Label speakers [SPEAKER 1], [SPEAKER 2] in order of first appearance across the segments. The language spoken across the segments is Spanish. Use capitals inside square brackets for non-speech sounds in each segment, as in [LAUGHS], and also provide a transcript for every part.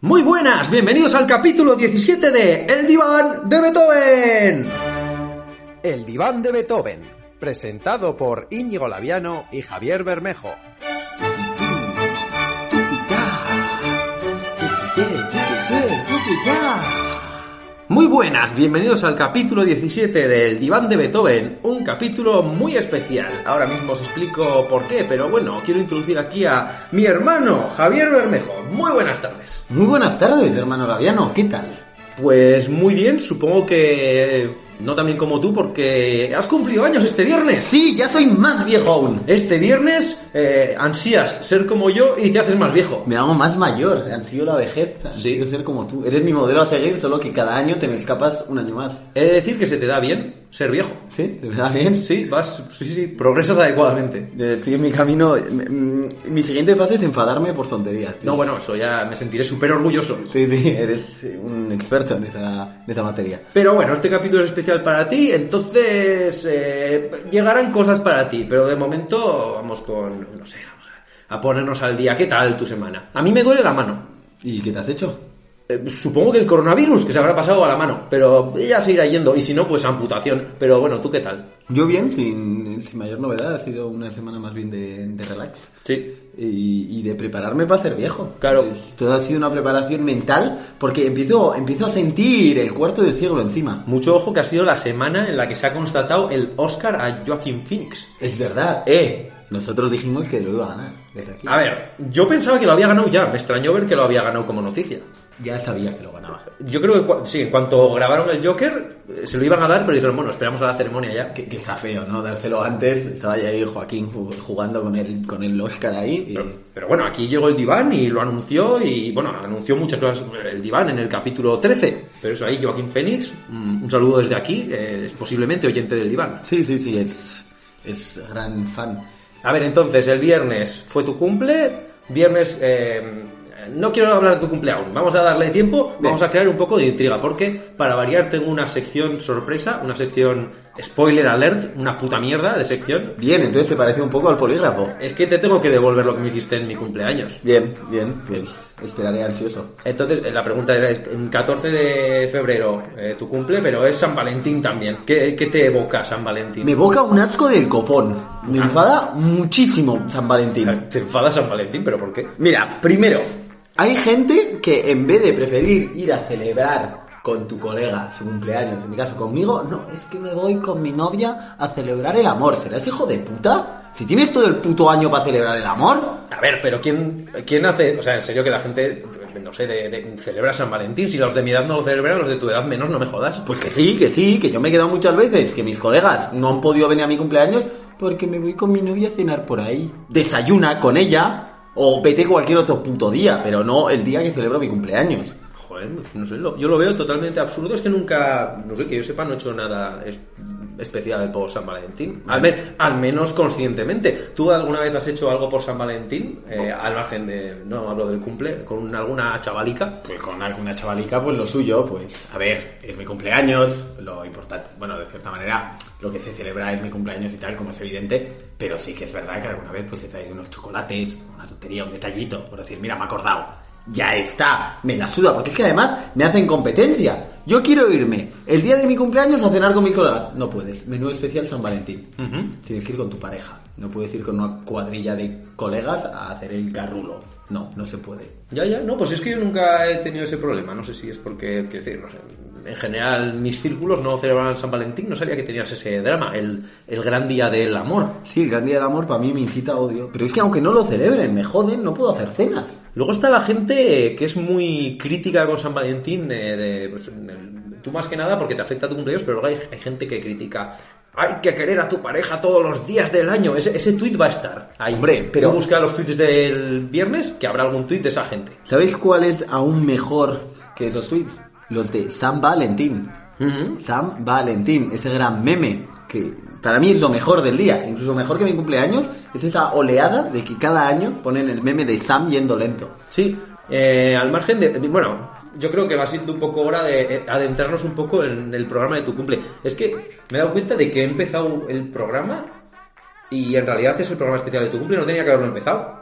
[SPEAKER 1] Muy buenas, bienvenidos al capítulo 17 de El diván de Beethoven.
[SPEAKER 2] El diván de Beethoven, presentado por Íñigo Laviano y Javier Bermejo.
[SPEAKER 1] Muy buenas, bienvenidos al capítulo 17 del diván de Beethoven, un capítulo muy especial. Ahora mismo os explico por qué, pero bueno, quiero introducir aquí a mi hermano Javier Bermejo. Muy buenas tardes.
[SPEAKER 3] Muy buenas tardes, hermano Laviano, ¿qué tal?
[SPEAKER 1] Pues muy bien, supongo que no tan bien como tú porque has cumplido años este viernes.
[SPEAKER 3] Sí, ya soy más viejo aún.
[SPEAKER 1] Este viernes eh, ansías ser como yo y te haces más viejo.
[SPEAKER 3] Me hago más mayor, han sido la vejez, ansío ser como tú. Eres mi modelo a seguir, solo que cada año te me escapas un año más.
[SPEAKER 1] He de decir que se te da bien ser viejo.
[SPEAKER 3] ¿Sí? ¿De verdad bien?
[SPEAKER 1] Sí, vas, sí, sí, progresas adecuadamente.
[SPEAKER 3] Eh, Estoy en mi camino. mm, Mi siguiente fase es enfadarme por tonterías.
[SPEAKER 1] No,
[SPEAKER 3] Es-
[SPEAKER 1] bueno, eso ya me sentiré súper orgulloso.
[SPEAKER 3] Sí, sí, eres un experto en esa, en esa materia.
[SPEAKER 1] Pero bueno, este capítulo es especial para ti, entonces eh, llegarán cosas para ti, pero de momento vamos con, no sé, vamos a- a ponernos al día. ¿Qué tal tu semana? A mí me duele la mano.
[SPEAKER 3] ¿Y qué te has hecho?
[SPEAKER 1] Eh, Supongo que el coronavirus que se habrá pasado a la mano, pero ella se irá yendo, y si no, pues amputación. Pero bueno, ¿tú qué tal?
[SPEAKER 3] Yo bien, sin, sin mayor novedad, ha sido una semana más bien de, de relax.
[SPEAKER 1] Sí.
[SPEAKER 3] y, y de prepararme para ser viejo.
[SPEAKER 1] Claro.
[SPEAKER 3] Es- todo ha sido una preparación mental porque empiezo, empiezo a sentir el cuarto de siglo encima.
[SPEAKER 1] Mucho ojo que ha sido la semana en la que se ha constatado el Oscar a Joaquín Phoenix.
[SPEAKER 3] Es verdad, eh. Nosotros dijimos que lo iba a ganar desde aquí.
[SPEAKER 1] A ver, yo pensaba que lo había ganado ya, me extrañó ver que lo había ganado como noticia.
[SPEAKER 3] Ya sabía que lo ganaba.
[SPEAKER 1] Yo creo que cua- sí, en cuanto grabaron el Joker, eh, se lo iban a dar, pero dijeron, bueno, esperamos a la ceremonia ya.
[SPEAKER 3] Que, que está feo, ¿no? Dárselo antes. Estaba ya ahí Joaquín ju- jugando con el, con el Oscar ahí. y-
[SPEAKER 1] Pero, pero bueno, aquí llegó el diván y lo anunció y bueno, anunció muchas cosas el diván en el capítulo 13. Pero eso ahí, Joaquín Fénix, mm, un saludo desde aquí, eh, es posiblemente oyente del diván.
[SPEAKER 3] Sí, sí, sí, es, es gran fan.
[SPEAKER 1] A ver, entonces, el viernes fue tu cumple, viernes... eh, no quiero hablar de tu cumple aún, vamos a darle tiempo, vamos a crear un poco de intriga, porque para variar tengo una sección sorpresa, una sección spoiler alert, una puta mierda de sección,
[SPEAKER 3] Bien, entonces se parece un poco al polígrafo.
[SPEAKER 1] Es que te tengo que devolver lo que me hiciste en mi cumpleaños.
[SPEAKER 3] Bien, bien, pues esperaré ansioso.
[SPEAKER 1] Entonces, eh, la pregunta era, es- en 14 de febrero eh, tu cumple, pero es San Valentín también. ¿Qué, qué te evoca San Valentín?
[SPEAKER 3] Me evoca un asco del copón. Me enfada muchísimo San Valentín.
[SPEAKER 1] Te enfada San Valentín, pero ¿por qué?
[SPEAKER 3] Mira, primero, hay gente que en vez de preferir ir a celebrar con tu colega su cumpleaños, en mi caso conmigo, no, es que me voy con mi novia a celebrar el amor. ¿Serás hijo de puta? Si tienes todo el puto año para celebrar el amor.
[SPEAKER 1] A ver, pero ¿quién, quién hace...? O sea, en serio que la gente, no sé, de- de- celebra San Valentín. Si los de mi edad no lo celebran, los de tu edad menos, no me jodas.
[SPEAKER 3] Pues que sí, que sí, que yo me he quedado muchas veces, que mis colegas no han podido venir a mi cumpleaños porque me voy con mi novia a cenar por ahí. Desayuna con ella o vete cualquier otro puto día, pero no el día que celebro mi cumpleaños.
[SPEAKER 1] Joder, pues no sé, lo- yo lo veo totalmente absurdo. Es que nunca, no sé, que yo sepa, no he hecho nada es- especial por San Valentín. Al, men- al menos conscientemente. ¿Tú alguna vez has hecho algo por San Valentín? Eh, al margen de, no hablo del cumple, con alguna chavalica.
[SPEAKER 3] Pues con alguna chavalica, pues lo suyo, pues, a ver, es mi cumpleaños, lo importante, bueno, de cierta manera, lo que se celebra es mi cumpleaños y tal, como es evidente, pero sí que es verdad que alguna vez pues se trae unos chocolates, una tontería, un detallito, por decir, mira, me he acordado, ya está, me la suda, porque es que además me hacen competencia. Yo quiero irme el día de mi cumpleaños a cenar con mis colegas. No puedes, menú especial San Valentín. Tienes que ir con tu pareja, no puedes ir con una cuadrilla de colegas a hacer el garrulo. No, no se puede.
[SPEAKER 1] Ya, ya, no, pues es que yo nunca he tenido ese problema. No sé si es porque, quiero decir, no sé. En general, mis círculos no celebraban San Valentín, no sabía que tenías ese drama, el, el gran día del amor.
[SPEAKER 3] Sí, el gran día del amor para mí me incita a odio. Pero es que aunque no lo celebren, me joden, no puedo hacer cenas.
[SPEAKER 1] Luego está la gente eh, que es muy crítica con San Valentín, eh, de, pues, en el- tú más que nada porque te afecta tu cumpleaños, pero luego hay, hay gente que critica. Hay que querer a tu pareja todos los días del año. Ese, ese tuit va a estar ahí.
[SPEAKER 3] Hombre,
[SPEAKER 1] Tú
[SPEAKER 3] pero-
[SPEAKER 1] busca los tweets del viernes, que habrá algún tuit de esa gente.
[SPEAKER 3] ¿Sabéis cuál es aún mejor que esos tweets? Los de San Valentín. San Valentín, ese gran meme que para mí es lo mejor del día, incluso mejor que mi cumpleaños, es esa oleada de que cada año ponen el meme de Sam yendo lento.
[SPEAKER 1] Sí, eh, al margen de... Bueno, yo creo que va siendo un poco hora de eh, adentrarnos un poco en el programa de tu cumple. Es que me he dado cuenta de que he empezado el programa y en realidad es el programa especial de tu cumple, no tenía que haberlo empezado.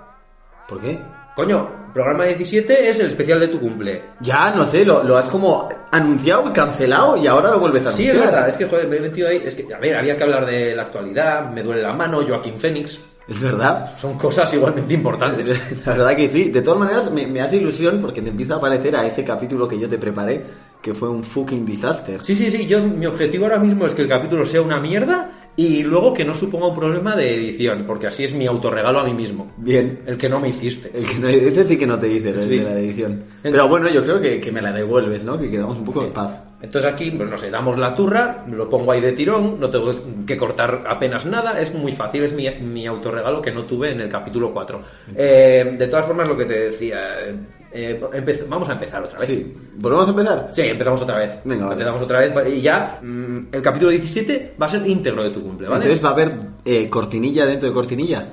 [SPEAKER 3] ¿Por qué?
[SPEAKER 1] Coño, programa 17 es el especial de tu cumple.
[SPEAKER 3] Ya, no sé, lo, lo has como anunciado y cancelado y ahora lo vuelves a
[SPEAKER 1] Sí,
[SPEAKER 3] anunciar.
[SPEAKER 1] es verdad, es que joder, me he metido ahí. Es que, a ver, había que hablar de la actualidad, me duele la mano, Joaquín Fénix.
[SPEAKER 3] Es verdad.
[SPEAKER 1] Son cosas igualmente importantes.
[SPEAKER 3] La verdad que sí. De todas maneras, me, me hace ilusión porque te empieza a parecer a ese capítulo que yo te preparé, que fue un fucking disaster.
[SPEAKER 1] Sí, sí, sí, yo mi objetivo ahora mismo es que el capítulo sea una mierda y luego que no suponga un problema de edición, porque así es mi autorregalo a mí mismo.
[SPEAKER 3] Bien.
[SPEAKER 1] El que no me hiciste.
[SPEAKER 3] El que no- ese sí que no te dice el
[SPEAKER 1] Sí.
[SPEAKER 3] de la edición. Pero bueno, yo creo que, que me la devuelves, ¿no? Que quedamos un poco en paz.
[SPEAKER 1] Entonces aquí, pues no sé, damos la turra, lo pongo ahí de tirón, no tengo que cortar apenas nada, es muy fácil, es mi, mi autorregalo que no tuve en el capítulo 4. Eh, de todas formas, lo que te decía, eh, eh, empe- vamos a empezar otra vez.
[SPEAKER 3] Sí. ¿Volvemos a empezar?
[SPEAKER 1] Sí, empezamos otra vez.
[SPEAKER 3] Venga, vale.
[SPEAKER 1] Empezamos otra vez y ya mm, el capítulo 17 va a ser íntegro de tu cumple, ¿vale?
[SPEAKER 3] Entonces va a haber eh, cortinilla dentro de cortinilla.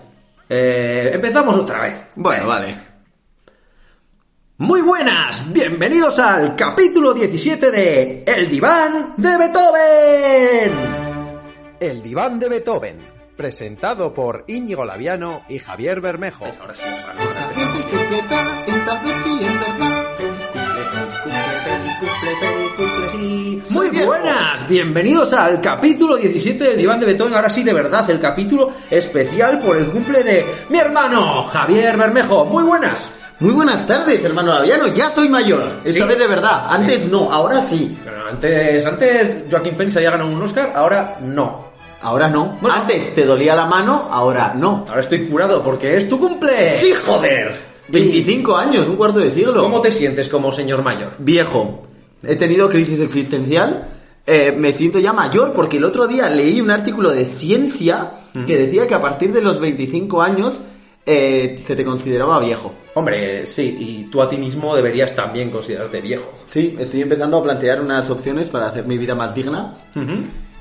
[SPEAKER 1] Eh, empezamos otra vez.
[SPEAKER 3] Bueno, vale.
[SPEAKER 1] Muy buenas, bienvenidos al capítulo 17 de El diván de Beethoven.
[SPEAKER 2] El diván de Beethoven, presentado por Íñigo Laviano y Javier Bermejo.
[SPEAKER 1] Pues ahora sí, ahora
[SPEAKER 4] Esta
[SPEAKER 1] sí.
[SPEAKER 4] vez sí es verdad, esta vez sí es verdad.
[SPEAKER 1] Muy buenas, bienvenidos al capítulo 17 del Diván de Beethoven. Ahora sí, de verdad, el capítulo especial por el cumple de mi hermano Javier Bermejo. Muy buenas.
[SPEAKER 3] Muy buenas tardes, hermano Laviano. Ya soy mayor. Esta
[SPEAKER 1] Sí.
[SPEAKER 3] vez de verdad. Antes no, ahora sí.
[SPEAKER 1] Pero antes, antes Joaquín Phoenix había ganado un Oscar, ahora no.
[SPEAKER 3] Ahora no.
[SPEAKER 1] Bueno.
[SPEAKER 3] Antes te dolía la mano, ahora no.
[SPEAKER 1] Ahora estoy curado porque es tu cumple.
[SPEAKER 3] ¡Sí, joder! 25 años, un cuarto de siglo.
[SPEAKER 1] ¿Cómo te sientes como señor mayor?
[SPEAKER 3] Viejo. He tenido crisis existencial. eh, me siento ya mayor porque el otro día leí un artículo de ciencia que decía que a partir de los 25 años eh, se te consideraba viejo.
[SPEAKER 1] Hombre, sí, y tú a ti mismo deberías también considerarte viejo.
[SPEAKER 3] Sí, estoy empezando a plantear unas opciones para hacer mi vida más digna,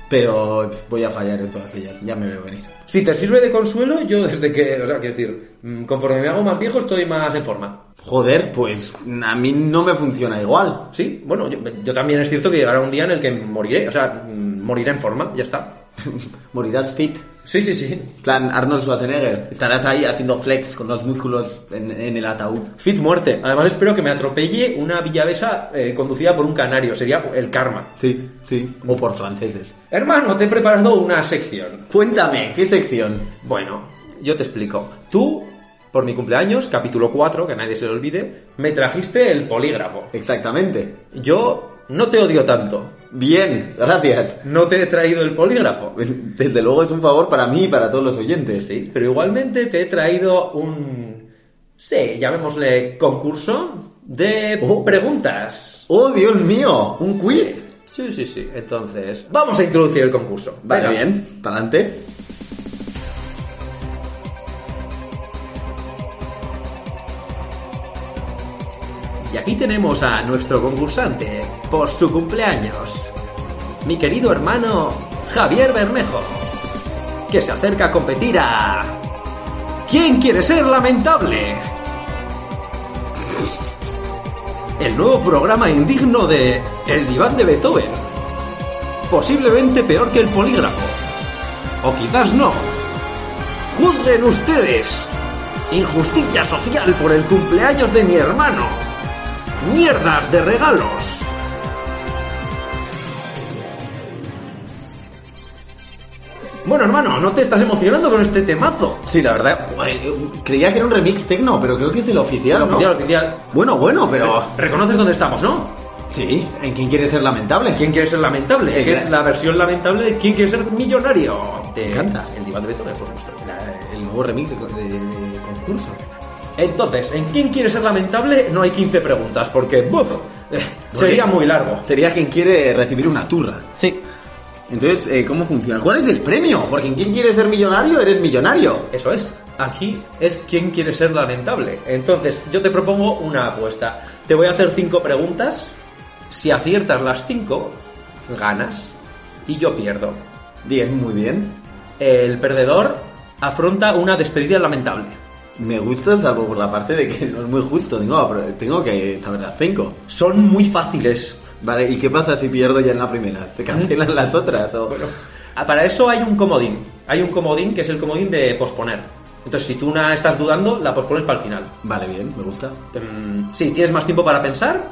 [SPEAKER 3] pero voy a fallar en todas ellas. Ya me veo venir.
[SPEAKER 1] Si te sirve de consuelo, yo desde que, o sea, quiero decir, mm, conforme me hago más viejo estoy más en forma.
[SPEAKER 3] Joder, pues a mí no me funciona igual.
[SPEAKER 1] Sí, bueno, yo, yo también es cierto que llegará un día en el que moriré, o sea, mm, moriré en forma, ya está.
[SPEAKER 3] Morirás fit.
[SPEAKER 1] Sí, sí, sí.
[SPEAKER 3] Plan Arnold Schwarzenegger. Estarás ahí haciendo flex con los músculos en, en el ataúd.
[SPEAKER 1] Fit muerte. Además espero que me atropelle una villavesa eh, conducida por un canario, sería el karma.
[SPEAKER 3] Sí, sí. O por franceses.
[SPEAKER 1] Hermano, te he preparado una sección.
[SPEAKER 3] Cuéntame, ¿qué sección?
[SPEAKER 1] Bueno, yo te explico. Tú, por mi cumpleaños, capítulo 4, que a nadie se le olvide, me trajiste el polígrafo.
[SPEAKER 3] Exactamente.
[SPEAKER 1] Yo no te odio tanto.
[SPEAKER 3] Bien, gracias. Pues,
[SPEAKER 1] No te he traído el polígrafo.
[SPEAKER 3] Desde luego es un favor para mí y para todos los oyentes.
[SPEAKER 1] Sí, pero igualmente te he traído un... Sí, llamémosle concurso de
[SPEAKER 3] Oh.
[SPEAKER 1] preguntas.
[SPEAKER 3] ¡Oh, Dios mío! ¿Un quiz?
[SPEAKER 1] Sí, sí, sí. Entonces, vamos a introducir el concurso.
[SPEAKER 3] Vale,
[SPEAKER 1] Venga.
[SPEAKER 3] bien. Para adelante.
[SPEAKER 1] Y aquí tenemos a nuestro concursante por su cumpleaños. Mi querido hermano Javier Bermejo, que se acerca a competir a... ¿Quién quiere ser lamentable? El nuevo programa indigno de El diván de Beethoven. Posiblemente peor que el polígrafo. O quizás no. Juzguen ustedes. Injusticia social por el cumpleaños de mi hermano mierdas de regalos. Bueno, hermano, ¿no te estás emocionando con este temazo?
[SPEAKER 3] Sí, la verdad. eh, Creía que era un remix techno, pero creo que es el oficial.
[SPEAKER 1] El
[SPEAKER 3] ¿no?
[SPEAKER 1] oficial, oficial.
[SPEAKER 3] Bueno, bueno, pero.
[SPEAKER 1] Reconoces dónde estamos, ¿no?
[SPEAKER 3] Sí, ¿en quién quiere ser lamentable?
[SPEAKER 1] ¿Quién quiere ser lamentable?
[SPEAKER 3] Es
[SPEAKER 1] Que
[SPEAKER 3] la-
[SPEAKER 1] es la versión lamentable de ¿Quién quiere ser millonario? De-
[SPEAKER 3] Me encanta.
[SPEAKER 1] El diván de Beethoven, por supuesto.
[SPEAKER 3] La- el nuevo remix de, de- de concurso.
[SPEAKER 1] Entonces, ¿en quién quiere ser lamentable? No hay 15 preguntas, porque ¡buf! sería muy largo.
[SPEAKER 3] Sería quien quiere recibir una turra.
[SPEAKER 1] Sí.
[SPEAKER 3] Entonces, eh, ¿cómo funciona? ¿Cuál es el premio? Porque en quien quiere ser millonario, eres millonario.
[SPEAKER 1] Eso es. Aquí es quien quiere ser lamentable. Entonces, yo te propongo una apuesta. Te voy a hacer cinco preguntas. Si aciertas las cinco, ganas. Y yo pierdo.
[SPEAKER 3] Bien, muy bien.
[SPEAKER 1] El perdedor afronta una despedida lamentable.
[SPEAKER 3] Me gusta, salvo por la parte de que [LAUGHS] no es muy justo. Tengo, pero tengo que saber las cinco.
[SPEAKER 1] Son muy fáciles.
[SPEAKER 3] Vale, ¿y qué pasa si pierdo ya en la primera? ¿Se cancelan las otras? o-
[SPEAKER 1] Bueno, ah, para eso hay un comodín. Hay un comodín que es el comodín de posponer. Entonces, si tú una estás dudando, la pospones para el final.
[SPEAKER 3] Vale, bien, me gusta.
[SPEAKER 1] Mm, sí, tienes más tiempo para pensar.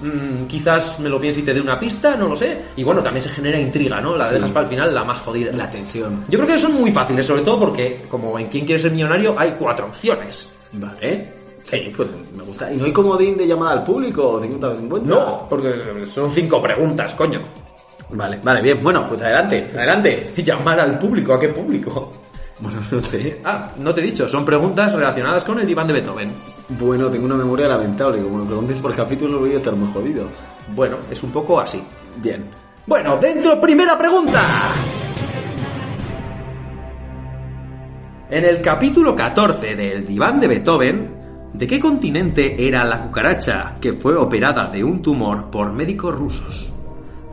[SPEAKER 1] mm, quizás me lo piense y te dé una pista, no lo sé. Y bueno, también se genera intriga, ¿no? La
[SPEAKER 3] Sí.
[SPEAKER 1] dejas para el final, la más jodida.
[SPEAKER 3] La tensión.
[SPEAKER 1] Yo creo que son muy fáciles, sobre todo porque, como en ¿Quién quiere ser millonario? hay cuatro opciones.
[SPEAKER 3] Vale. Sí, pues me gusta. ¿Y no hay comodín de llamada al público? ¿50 vez 50?
[SPEAKER 1] No, porque son cinco preguntas, coño.
[SPEAKER 3] Vale, vale, bien. Bueno, pues adelante, adelante.
[SPEAKER 1] [LAUGHS] Llamar al público, ¿a qué público?
[SPEAKER 3] Bueno, [LAUGHS] no sé.
[SPEAKER 1] Ah, no te he dicho, son preguntas relacionadas con el diván de Beethoven.
[SPEAKER 3] Bueno, tengo una memoria lamentable. Como me preguntes por capítulo, voy a estar muy jodido.
[SPEAKER 1] Bueno, es un poco así.
[SPEAKER 3] Bien.
[SPEAKER 1] Bueno, dentro, primera pregunta. En el capítulo 14 del diván de Beethoven, ¿de qué continente era la cucaracha que fue operada de un tumor por médicos rusos?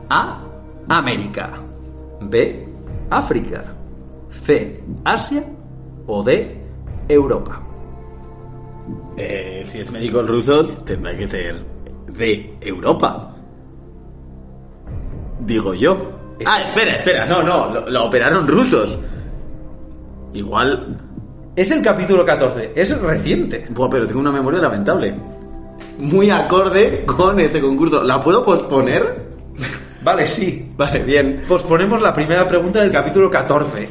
[SPEAKER 1] A. América. B. África. C. Asia. O D. Europa.
[SPEAKER 3] Eh, si es médicos rusos, tendrá que ser de Europa. Digo yo. Ah, espera, espera. No, no, lo, lo operaron rusos. Igual.
[SPEAKER 1] Es el capítulo 14, es reciente.
[SPEAKER 3] Buah, pero tengo una memoria lamentable. Muy acorde con este concurso. ¿La puedo posponer?
[SPEAKER 1] Vale, sí.
[SPEAKER 3] Vale, bien.
[SPEAKER 1] Posponemos la primera pregunta del capítulo 14.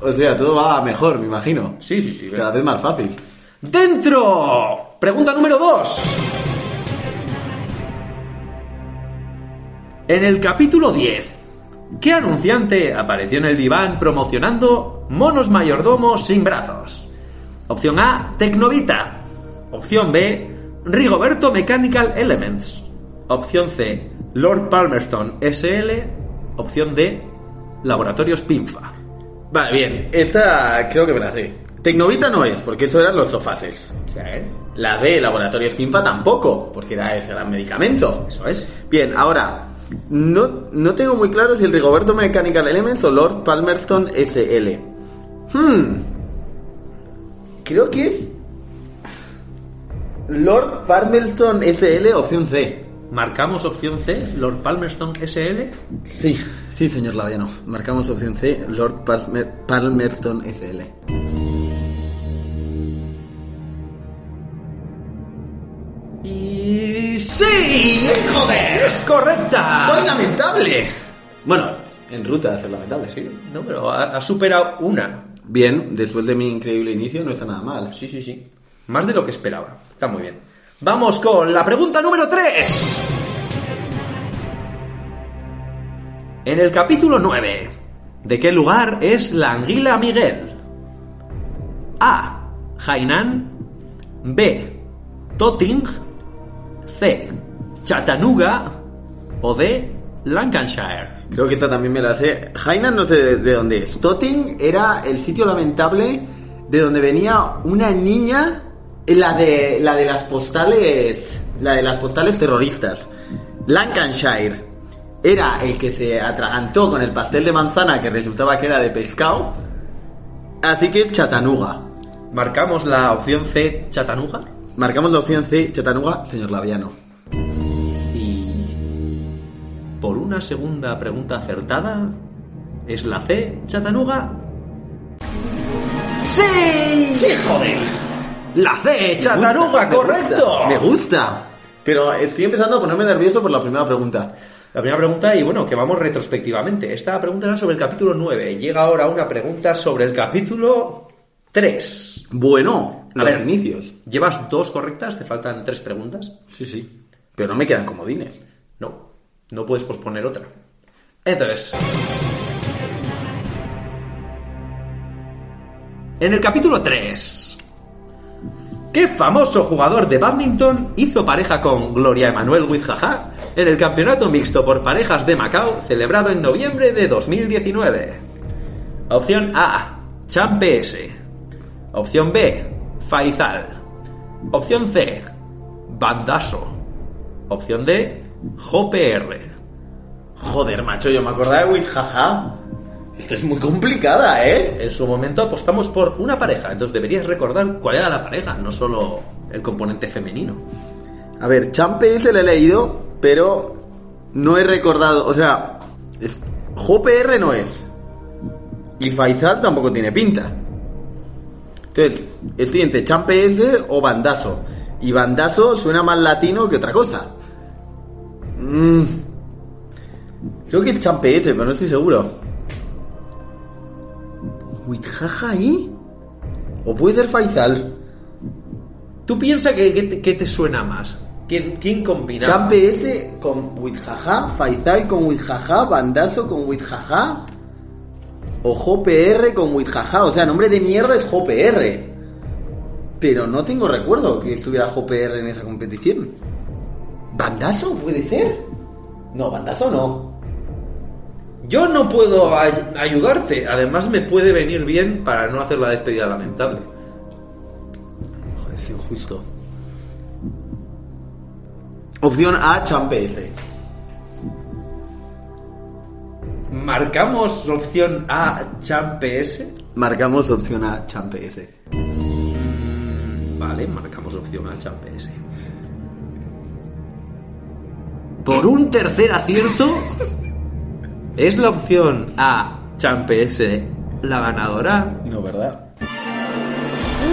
[SPEAKER 3] O sea, todo va mejor, me imagino.
[SPEAKER 1] Sí, sí, sí.
[SPEAKER 3] Cada vez más fácil.
[SPEAKER 1] ¡Dentro! Pregunta número 2. En el capítulo 10, ¿qué anunciante apareció en el diván promocionando monos mayordomos sin brazos? Opción A, Tecnovita. Opción B, Rigoberto Mechanical Elements. Opción C, Lord Palmerston SL. Opción D, Laboratorios Pinfa.
[SPEAKER 3] Vale, bien. Esta creo que me la sé. Tecnovita no es, porque eso eran los sofases. La de Laboratorios Pinfa tampoco, porque era ese gran medicamento.
[SPEAKER 1] Eso es.
[SPEAKER 3] Bien, ahora, no, no tengo muy claro si el Rigoberto Mechanical Elements o Lord Palmerston SL. Hmm. Creo que es Lord Palmerston SL, opción C.
[SPEAKER 1] Marcamos opción C, Lord Palmerston SL.
[SPEAKER 3] Sí, sí, señor Laviano. Marcamos opción C, Lord Palmer- Palmerston SL.
[SPEAKER 1] Y sí, joder, es correcta.
[SPEAKER 3] ¡Soy lamentable! Bueno, en ruta a ser lamentable, sí.
[SPEAKER 1] No, pero ha, ha superado una.
[SPEAKER 3] Bien, después de mi increíble inicio no está nada mal.
[SPEAKER 1] Sí, sí, sí. Más de lo que esperaba. Está muy bien. Vamos con la pregunta número 3. En el capítulo 9, ¿de qué lugar es la anguila Miguel? A. Hainan. B. Totting. C. Chattanooga. O D. Lancashire.
[SPEAKER 3] Creo que esta también me la sé. Hainan no sé de, de dónde es. Totting era el sitio lamentable de donde venía una niña, la de la de las postales, la de las postales terroristas. Lancashire era el que se atragantó con el pastel de manzana que resultaba que era de pescado. Así que es Chattanooga.
[SPEAKER 1] Marcamos la opción C, Chattanooga.
[SPEAKER 3] Marcamos la opción C, Chattanooga, señor Laviano.
[SPEAKER 1] Y por una segunda pregunta acertada, ¿es la C, Chattanooga? ¡Sí! ¡Sí, joder! ¡La C, Chattanooga,
[SPEAKER 3] Me gusta,
[SPEAKER 1] correcto!
[SPEAKER 3] Me gusta. Pero estoy empezando a ponerme nervioso por la primera pregunta.
[SPEAKER 1] La primera pregunta, y bueno, que vamos retrospectivamente. Esta pregunta era sobre el capítulo 9. Llega ahora una pregunta sobre el capítulo 3.
[SPEAKER 3] Bueno,
[SPEAKER 1] A
[SPEAKER 3] los
[SPEAKER 1] ver.
[SPEAKER 3] inicios.
[SPEAKER 1] ¿Llevas dos correctas? ¿Te faltan tres preguntas?
[SPEAKER 3] Sí, sí. Pero no me quedan comodines.
[SPEAKER 1] No, no puedes posponer otra. Entonces... En el capítulo 3... ¿Qué famoso jugador de badminton hizo pareja con Gloria Emanuel Wizjaja en el campeonato mixto por parejas de Macao celebrado en noviembre de 2019? Opción A. Champ PS. Opción B. Faizal. Opción C. Bandaso. Opción D, JPR.
[SPEAKER 3] Joder, macho, yo me acordaba de With Jaja. Esta es muy complicada, ¿eh?
[SPEAKER 1] En su momento apostamos por una pareja, entonces deberías recordar cuál era la pareja, no solo el componente femenino.
[SPEAKER 3] A ver, Champe se la he leído, pero no he recordado. O sea, es... JPR no es. Y Faizal tampoco tiene pinta. Entonces, estoy entre champes o bandazo. Y bandazo suena más latino que otra cosa. Mm. Creo que es champes, pero no estoy seguro. ¿Huitjaja ahí? ¿O puede ser Faisal?
[SPEAKER 1] Tú piensa que, que te- que te suena más. ¿Quién, quién combina?
[SPEAKER 3] Champes con Huitjaja, Faisal con Huitjaja, Bandazo con Huitjaja o JPR con Huitjaja. O sea, nombre de mierda es JPR. Pero no tengo recuerdo que estuviera JPR en esa competición. ¿Bandazo puede ser? No, Bandazo no.
[SPEAKER 1] Yo no puedo ay- ayudarte. Además, me puede venir bien para no hacer la despedida lamentable.
[SPEAKER 3] Joder, es injusto. Opción A, Champes.
[SPEAKER 1] Marcamos opción A, Champes.
[SPEAKER 3] Marcamos opción A, Champes.
[SPEAKER 1] Vale, marcamos opción A, Champes.
[SPEAKER 5] Por un tercer
[SPEAKER 1] Cierto, es la opción A, Champes, la ganadora.
[SPEAKER 3] No, ¿verdad?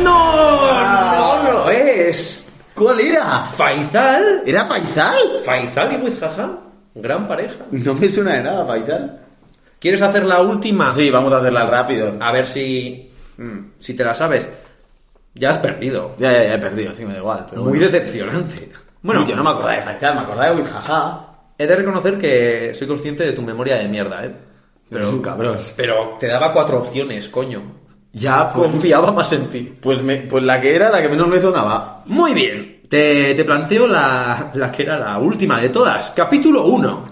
[SPEAKER 1] ¡No!
[SPEAKER 3] ¡Ah!
[SPEAKER 1] ¡No lo es!
[SPEAKER 3] ¿Cuál era?
[SPEAKER 1] ¿Faizal?
[SPEAKER 3] ¿Era Faisal?
[SPEAKER 1] ¿Faizal y Wizjaja? Gran pareja.
[SPEAKER 3] No me suena de nada, Faisal.
[SPEAKER 1] ¿Quieres hacer la última?
[SPEAKER 3] Ah, Sí, vamos a hacerla rápido.
[SPEAKER 1] A ver si. mm, Si te la sabes. Ya has perdido.
[SPEAKER 3] Ya, ya, ya he perdido, sí, me da igual. Pero
[SPEAKER 1] Muy
[SPEAKER 3] bueno.
[SPEAKER 1] decepcionante.
[SPEAKER 3] Bueno, yo no me acordaba de Faisal, me acordaba de Wiljaja.
[SPEAKER 1] He de reconocer que soy consciente de tu memoria de mierda, ¿eh?
[SPEAKER 3] Pero es un cabrón. Ah,
[SPEAKER 1] Pero te daba cuatro opciones, coño.
[SPEAKER 3] Ya,
[SPEAKER 1] Confiaba más en ti.
[SPEAKER 3] Pues, me, pues la que era, la que menos me sonaba.
[SPEAKER 1] Muy bien. Te, te planteo la, la que era la última de todas. Capítulo 1.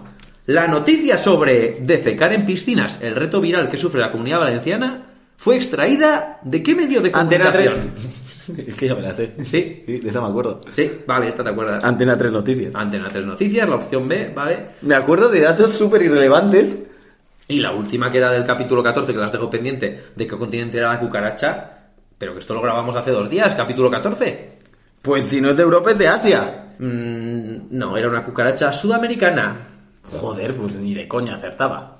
[SPEAKER 1] La noticia sobre defecar en piscinas, el reto viral que sufre la comunidad valenciana, fue extraída de qué medio de
[SPEAKER 3] Antena
[SPEAKER 1] comunicación?
[SPEAKER 3] 3. [LAUGHS] es que ya me la sé.
[SPEAKER 1] Sí.
[SPEAKER 3] Sí, de esa me acuerdo.
[SPEAKER 1] Sí, vale, esta te acuerdas.
[SPEAKER 3] Antena 3 Noticias.
[SPEAKER 1] Antena 3 Noticias, la opción B, ¿vale?
[SPEAKER 3] Me acuerdo de datos súper irrelevantes.
[SPEAKER 1] Y la última que era del capítulo 14, que las dejo pendiente, de qué continente era la cucaracha, pero que esto lo grabamos hace dos días, capítulo 14.
[SPEAKER 3] Pues si no es de Europa, es de Asia.
[SPEAKER 1] Mm, no, era una cucaracha sudamericana.
[SPEAKER 5] Joder, pues ni de coña acertaba.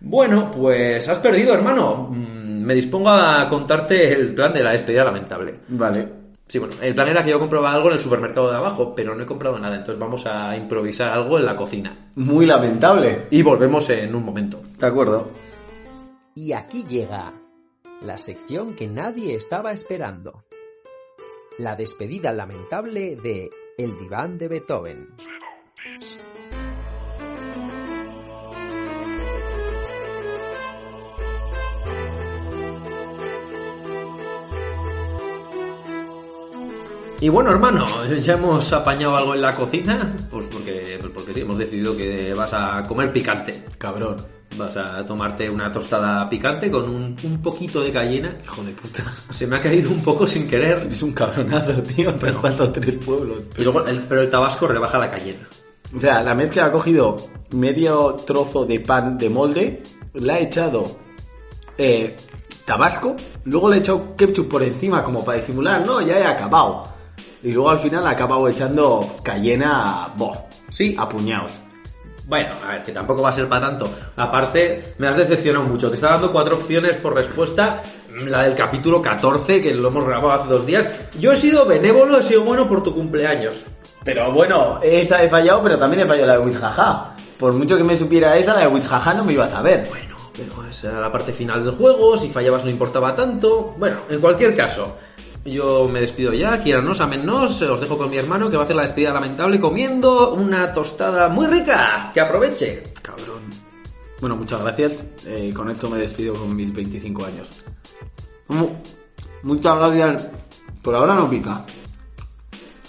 [SPEAKER 1] Bueno, pues has perdido, hermano. Mm, me dispongo a contarte el plan de la despedida lamentable.
[SPEAKER 3] Vale.
[SPEAKER 1] Sí, bueno, el plan era que yo compraba algo en el supermercado de abajo, pero no he comprado nada, entonces vamos a improvisar algo en la cocina.
[SPEAKER 3] Muy lamentable.
[SPEAKER 1] Y volvemos en un momento.
[SPEAKER 3] De acuerdo.
[SPEAKER 2] Y aquí llega la sección que nadie estaba esperando. La despedida lamentable de El diván de Beethoven.
[SPEAKER 1] Y bueno, hermano, ya hemos apañado algo en la cocina, pues porque, pues porque sí, hemos decidido que vas a comer picante.
[SPEAKER 5] Cabrón.
[SPEAKER 1] Vas a tomarte una tostada picante con un, un poquito de cayena.
[SPEAKER 5] Hijo de puta.
[SPEAKER 1] Se me ha caído un poco sin querer.
[SPEAKER 3] Es un cabronazo, [LAUGHS] tío. Te has pasado tres pueblos.
[SPEAKER 1] Y luego el- pero el tabasco rebaja la cayena.
[SPEAKER 3] O sea, la mezcla ha cogido medio trozo de pan de molde, le ha echado eh, tabasco, luego le ha echado ketchup por encima como para disimular, no, ya he acabado. Y luego al final ha acabado echando cayena, boh,
[SPEAKER 1] Sí.
[SPEAKER 3] a puñados.
[SPEAKER 1] Bueno, a ver, que tampoco va a ser para tanto. Aparte, me has decepcionado mucho. Te está dando cuatro opciones por respuesta. La del capítulo 14, que lo hemos grabado hace dos días. Yo he sido benévolo, he sido bueno por tu cumpleaños.
[SPEAKER 3] Pero bueno, esa he fallado, pero también he fallado la de Wizjaja. Por mucho que me supiera esa, la de Wizjaja no me iba a saber.
[SPEAKER 1] Bueno, pero esa era la parte final del juego, si fallabas no importaba tanto. Bueno, en cualquier caso, yo me despido ya, quieranos, amennos, os dejo con mi hermano que va a hacer la despedida lamentable comiendo una tostada muy rica. Que aproveche.
[SPEAKER 3] Cabrón. Bueno, muchas gracias. Eh, con esto me despido con mis 25 años. Mu- Muchas gracias. Por ahora no pica.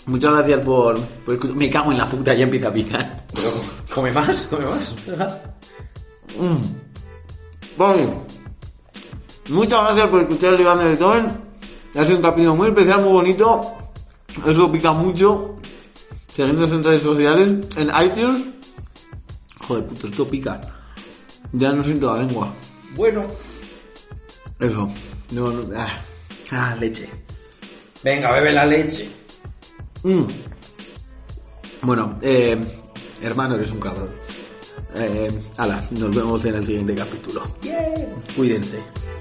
[SPEAKER 3] Muchas gracias por, por escuchar- Me cago en la puta, ya empieza a picar.
[SPEAKER 1] [LAUGHS] Come más, come más.
[SPEAKER 3] Mm. Vale. Muchas gracias por escuchar el Iván de Beethoven. Ha sido un capítulo muy especial, muy bonito. Eso pica mucho. Seguidnos en redes sociales, en iTunes. Joder, puto, esto pica. Ya no siento la lengua.
[SPEAKER 1] [LAUGHS] Bueno,
[SPEAKER 3] Eso. No, no, ah, Ah, leche.
[SPEAKER 1] venga, bebe la leche.
[SPEAKER 3] Mm. Bueno, eh, hermano, eres un cabrón. Eh, ala, nos vemos en el siguiente capítulo. Cuídense.